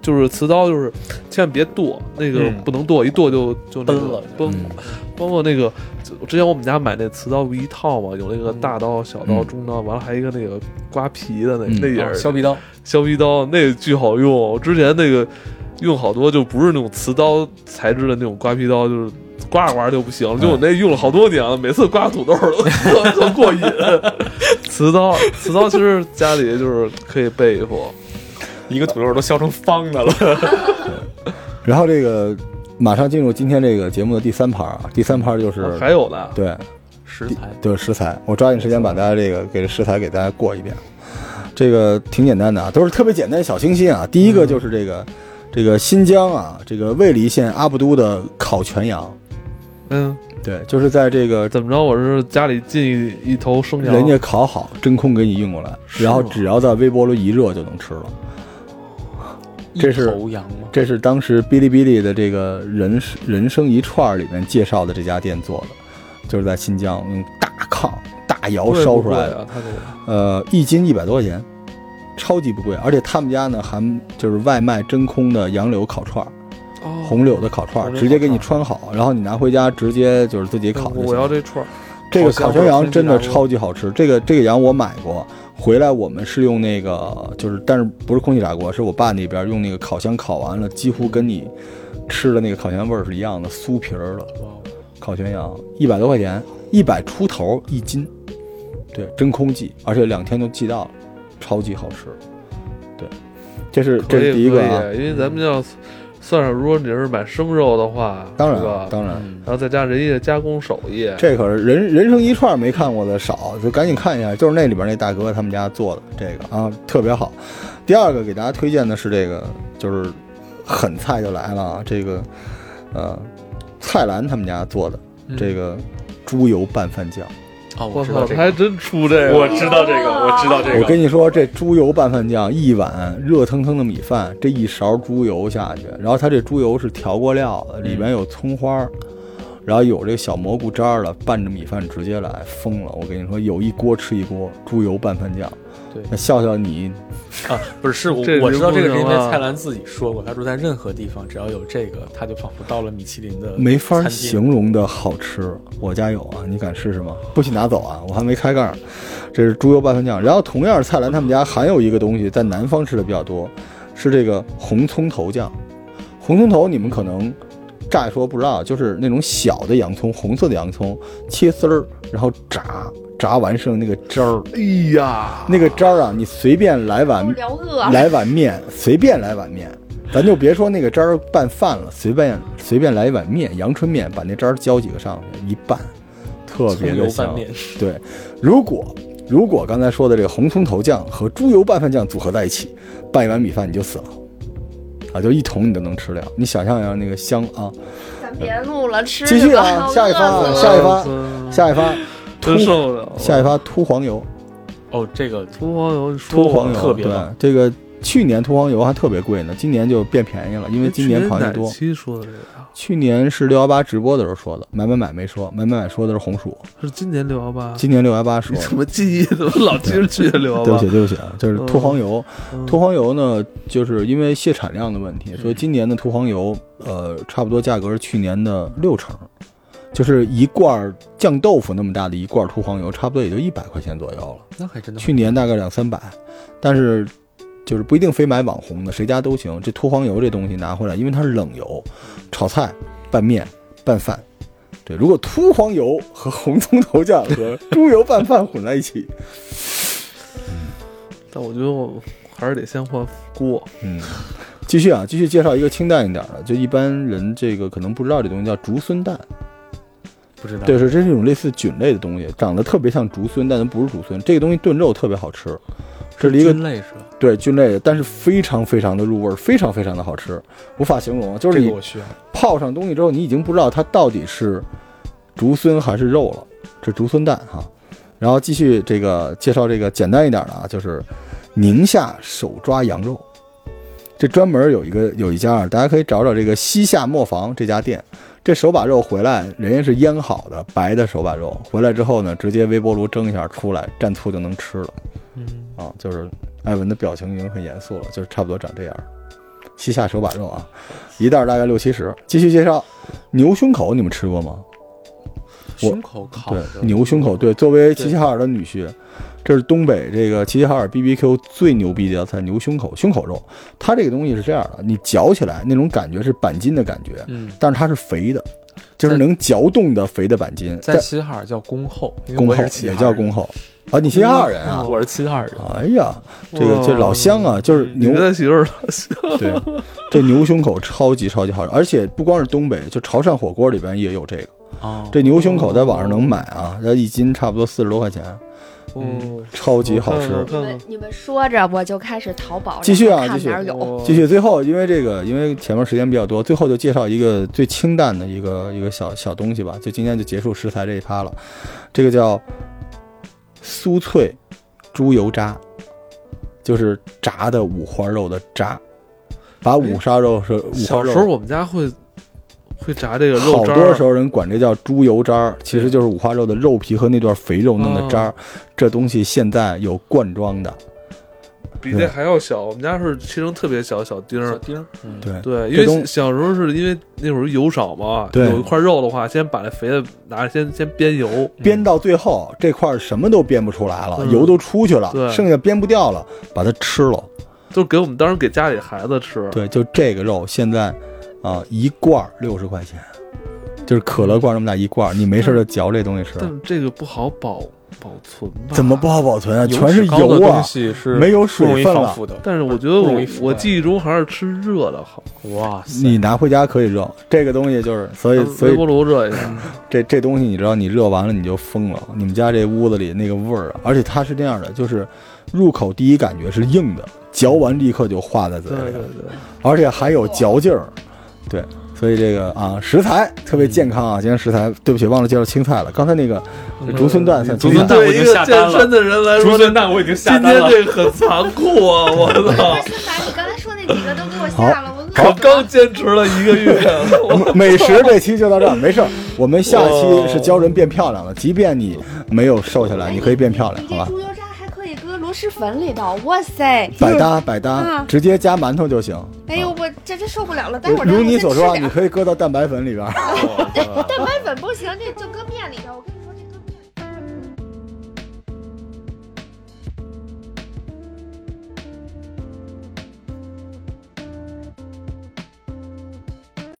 S2: 就是瓷刀就是千万别剁，那个
S5: 嗯
S2: 不能剁，一剁就就那
S5: 崩
S2: 个
S5: 了
S2: 崩
S3: 嗯。
S2: 包括那个就之前我们家买那瓷刀不一套嘛，有那个
S5: 嗯
S2: 大刀、小刀、
S3: 嗯
S2: 中刀，完了还有一个那个刮皮的那
S3: 嗯
S2: 那也
S5: 啊，削
S2: 是
S5: 皮刀，
S2: 削皮刀，那个巨好用。我之前那个用好多就不是那种瓷刀材质的那种刮皮刀，就是。刮着刮着就不行了，就我那用了好多年了，每次刮土豆儿都 [laughs] 特特过瘾。瓷刀，瓷刀其实家里就是可以备一副，
S5: 一个土豆都削成方的了，
S3: 然后这个马上进入今天这个节目的第三盘啊，第三盘就是、
S2: 还有呢，
S3: 对
S5: 食材
S3: 对食材，我抓紧时间把大家这个给这食材给大家过一遍。这个挺简单的啊，都是特别简单小清新啊。第一个就是这个、这个新疆啊，这个尉犁县阿布都的烤全羊，
S2: 嗯，
S3: 对，就是在这个
S2: 怎么着？我是家里进一头生羊，
S3: 人家烤好真空给你运过来，
S2: 是
S3: 然后
S2: 吗
S3: 只要在微波炉一热就能吃了。这是
S5: 一头羊吗？
S3: 这是当时哔哩哔哩的这个人人生一串儿里面介绍的这家店做的，就是在新疆用大炕、大窑
S2: 贵
S3: 烧
S2: 不
S3: 出
S2: 贵
S3: 来的，
S2: 啊，他这个
S3: 呃，一斤一百多块钱，超级不贵。而且他们家呢还就是外卖真空的杨柳烤串儿、
S2: 哦
S3: 红柳的烤串儿，
S2: 红柳
S3: 直接给你
S2: 烤
S3: 穿好，然后你拿回家直接就是自己烤就行。
S2: 我要这串儿，
S3: 这个
S2: 烤
S3: 烤
S2: 全
S3: 全
S2: 羊
S3: 羊真的超级好吃，这个这个羊我买过，回来我们是用那个，就是但是不是空气炸锅，是我爸那边用那个烤箱烤完了，几乎跟你吃的那个烤全羊味儿是一样的，酥皮儿的
S5: 哇哦
S3: 烤全羊，一百多块钱，一百出头一斤，对，真空寄，而且两天就寄到了，超级好吃，对，这是
S2: 可
S3: 这是
S2: 以
S3: 第一个啊，
S2: 可以因为咱们要算上，如果你是买生肉的话，
S3: 当
S2: 是
S3: 然啊
S2: 吧
S3: 当然。
S5: 嗯
S2: 然后再加人家加工手艺，
S3: 这可是人人生一串没看过的少，就赶紧看一下，就是那里边那大哥他们家做的这个啊，特别好。第二个给大家推荐的是这个，就是狠菜就来了啊，这个呃蔡澜他们家做的
S5: 嗯
S3: 这个猪油拌饭酱，
S5: 哦，我
S2: 我
S5: 知道
S2: 操，
S5: 这
S2: 他
S5: 个，
S2: 还真出这个，
S5: 我知道这个，我知道这
S3: 我
S5: 个，
S3: 跟你说，这猪油拌饭酱一碗热腾腾的米饭，这一勺猪油下去，然后它这猪油是调过料的，里面有葱花儿，然后有这小蘑菇渣儿了，拌着米饭直接来，疯了！我跟你说，有一锅吃一锅猪油拌饭酱。
S5: 对
S3: 那笑笑你，
S5: [laughs] 啊，不是，是我
S2: 这
S5: 我知道
S2: 人工
S5: 这个是因为
S2: 人啊
S5: 蔡澜自己说过，他说在任何地方只要有这个，他就仿佛到了米其林的
S3: 没法
S5: 餐厅
S3: 形容的好吃，我家有啊，你敢试试吗？不许拿走啊，我还没开盖儿。这是猪油拌饭酱，然后同样蔡澜他们家还有一个东西，在南方吃的比较多，是这个红葱头酱。红葱头你们可能乍一说不知道，就是那种小的洋葱，红色的洋葱，切丝儿，然后炸，炸完剩那个汁儿，
S2: 哎呀，
S3: 那个汁儿啊，你随便来碗
S4: 都聊饿了。
S3: 来碗面，随便来碗面，咱就别说那个汁儿拌饭了，随便随便来一碗面，阳春面，把那汁儿浇几个上去，一拌，特别
S5: 葱
S3: 的
S5: 油
S3: 香
S5: 拌。面，
S3: 对，如果如果刚才说的这个红葱头酱和猪油拌饭酱组合在一起，拌一碗米饭你就死了。啊，就一桶你都能吃了，你想象一下那个香啊！
S4: 咱别录了，吃
S3: 继续
S4: 吧
S3: 啊，下一发
S4: 饿
S3: 啊，
S4: 死
S3: 下一
S4: 了
S3: 发，下一发，
S2: 真
S3: 秃，
S2: 受不了了，
S3: 下一发秃黄油，
S5: 哦，这个
S2: 秃黄油，你说
S3: 秃
S2: 我
S3: 黄油，
S5: 特别
S3: 对
S5: 棒，
S3: 这个去年秃黄油还特别贵呢，今年就变便宜了，因为今年螃蟹
S2: 哪
S3: 多。
S2: 期说的这个呀？
S3: 去年是六幺八直播的时候说的，买买买没说，买买买说的是红薯，
S2: 是今年六幺八？
S3: 今年六幺八
S2: [laughs]
S3: 说
S2: 你
S3: 的
S2: 怎。么记忆怎么老记着去年六幺
S3: 对
S2: 八
S3: 不？起，对不起啊，就是秃黄油。
S2: 嗯
S3: 秃黄油呢，就是因为蟹产量的问题，所以今年的秃黄油，呃，差不多价格是去年的六成，就是一罐儿酱豆腐那么大的一罐儿秃黄油，差不多也就一百块钱左右了。
S5: 那还真的
S3: 去年大概两三百，但是就是不一定非买网红的，谁家都行。这秃黄油这东西拿回来，因为它是冷油，炒菜、拌面、拌饭。对，如果秃黄油和红葱头酱和猪油拌饭混在一起，
S2: 但我觉得我还是得先换锅，
S3: 嗯，继续啊，继续介绍一个清淡一点的，就一般人这个可能不知道这东西叫竹荪蛋，
S5: 不知道。
S3: 对，是这是一种类似菌类的东西，长得特别像竹荪，但它不是竹荪。这个东西炖肉特别好吃，这是一个
S5: 菌类是吧？
S3: 对菌类的，但是非常非常的入味儿，非常非常的好吃，无法形容。啊就是
S5: 这
S3: 你
S5: 个我需要。
S3: 泡上东西之后，你已经不知道它到底是竹荪还是肉了，这竹荪蛋哈。然后继续这个介绍这个简单一点的啊，就是宁夏手抓羊肉，这专门有一个有一家啊，大家可以找找这个西夏磨坊这家店。这手把肉回来，人家是腌好的白的手把肉，回来之后呢，直接微波炉蒸一下，出来蘸醋就能吃了
S5: 嗯，
S3: 啊。就是艾文的表情已经很严肃了，就是差不多长这样。西夏手把肉啊，一袋儿大概六七十。继续介绍牛胸口，你们吃过吗？
S5: 胸口烤的
S3: 对，牛胸口，对，作为齐齐哈尔的女婿，这是东北这个齐齐哈尔 B B Q 最牛逼的一道菜——牛胸口，胸口肉。它这个东西是这样的，你嚼起来那种感觉是板筋的感觉，
S5: 嗯，
S3: 但是它是肥的，就是
S5: 在
S3: 能嚼动的肥的板筋，
S5: 在齐齐哈尔叫恭候，因为
S3: 宫
S5: 我
S3: 后
S5: 是齐齐
S3: 也
S5: 哈
S3: 叫
S5: 尔人嗯
S3: 宫后啊，你齐齐哈尔人啊？
S5: 我是齐齐哈尔人。
S3: 哎呀，这个这老乡啊，就是
S5: 嗯
S2: 你
S3: 牛
S2: 跟
S5: [laughs]
S2: 他媳妇儿
S3: 对，这牛胸口超级超级好吃，而且不光是东北，就潮汕火锅里边也有这个。
S5: 哦，
S3: 这牛胸口在网上能买啊，它一斤差不多四十多块钱，
S2: 嗯，
S3: 超级好吃
S2: 我。
S4: 你
S2: 看看
S4: 们你们说着，我就开始淘宝
S3: 继续啊
S4: 然后
S3: 继
S4: 看
S3: 续
S4: 哪儿有。
S3: 继续，最后因为这个，因为前面时间比较多，最后就介绍一个最清淡的一个一个小小东西吧，就今天就结束食材这一趴了。这个叫酥脆猪油渣，就是炸的五花肉的渣，把五花肉是五花
S2: 小
S3: 肉
S2: 时候我们家会会炸这个肉
S3: 好
S2: 渣
S3: 多
S2: 儿
S3: 时，候人管这叫猪油渣儿，其实就是五花肉的肉皮和那段肥肉
S2: 嗯
S3: 弄的渣儿。这东西现在有罐装的，
S2: 比这还要小。我们家是切成特别小小丁
S5: 小
S2: 儿。
S5: 丁儿，嗯，
S3: 对
S2: 对，因
S3: 这东
S2: 为小时候是因为那会儿油少嘛，
S3: 对
S2: 有一块肉的话，先把那肥的拿先先煸油，
S3: 煸到最后这块儿什么都煸不出来了，
S2: 嗯
S3: 油都出去了，
S2: 对
S3: 剩下煸不掉了，把它吃了。
S2: 就给我们当时给家里孩子吃。
S3: 对，就这个肉现在啊、一罐六十块钱，就是可乐罐那么大一罐儿，你没事就嚼这东西吃，
S2: 但这个不好保保存吧？
S3: 怎么不？好保存啊？
S5: 油
S3: 全是
S5: 脂高的
S3: 油啊
S5: 东，西是
S3: 没有
S5: 不容
S3: 水
S5: 易
S3: 分
S5: 防
S3: 了。
S5: 腐的。
S2: 但是我觉得
S5: 不
S2: 我
S5: 容易腐败
S2: 我记忆中还是吃热的好，
S5: 哇塞，
S3: 你拿回家可以热，这个东西就是，所以所以
S2: 呃微
S3: 嗯
S2: 波炉热一下。
S3: 这这东西你知道，你热完了你就疯了。你们家这屋子里那个味儿啊，而且它是这样的，就是入口第一感觉是硬的，嚼完立刻就化在嘴
S2: 对对
S3: 里，
S2: 对。
S3: 而且还有嚼劲儿。对，所以这个啊，食材特别健康啊。今天食材，对不起，忘了介绍青菜了。刚才那个嗯竹荪蛋算
S5: 嗯竹
S3: 青
S5: 荪
S3: 菜，
S5: 蛋我
S2: 对
S5: 已
S2: 一
S5: 经
S2: 个
S5: 下
S2: 健
S5: 单
S2: 身
S5: 了。
S2: 的人来
S5: 竹
S2: 说，
S5: 荪蛋我已经下
S2: 今
S5: 单
S2: 天
S5: 了。
S2: 这个很残酷啊！我操，
S6: 把你刚才说那几个都给我吓了，我饿
S2: 我
S6: 了。
S2: 刚坚持了一个月，我
S3: 美食这期就到这儿，没事儿。我们下期是教人变漂亮
S5: 哦
S3: 的，即便你没有瘦下来，你可以变漂亮，
S6: 你这
S3: 好吧？
S6: 猪油渣还可以搁螺蛳粉里头，哇塞！
S3: 百搭百搭
S6: 啊，
S3: 直接加馒头就行。
S6: 哎呦，我这这受不了了，待会儿
S3: 如
S6: 让我
S3: 你
S6: 先
S3: 所
S6: 吃
S3: 说啊，
S6: 点
S3: 你
S6: 儿。
S3: 可以搁到蛋白粉里边儿。
S6: 蛋白粉不行，这就搁面里头，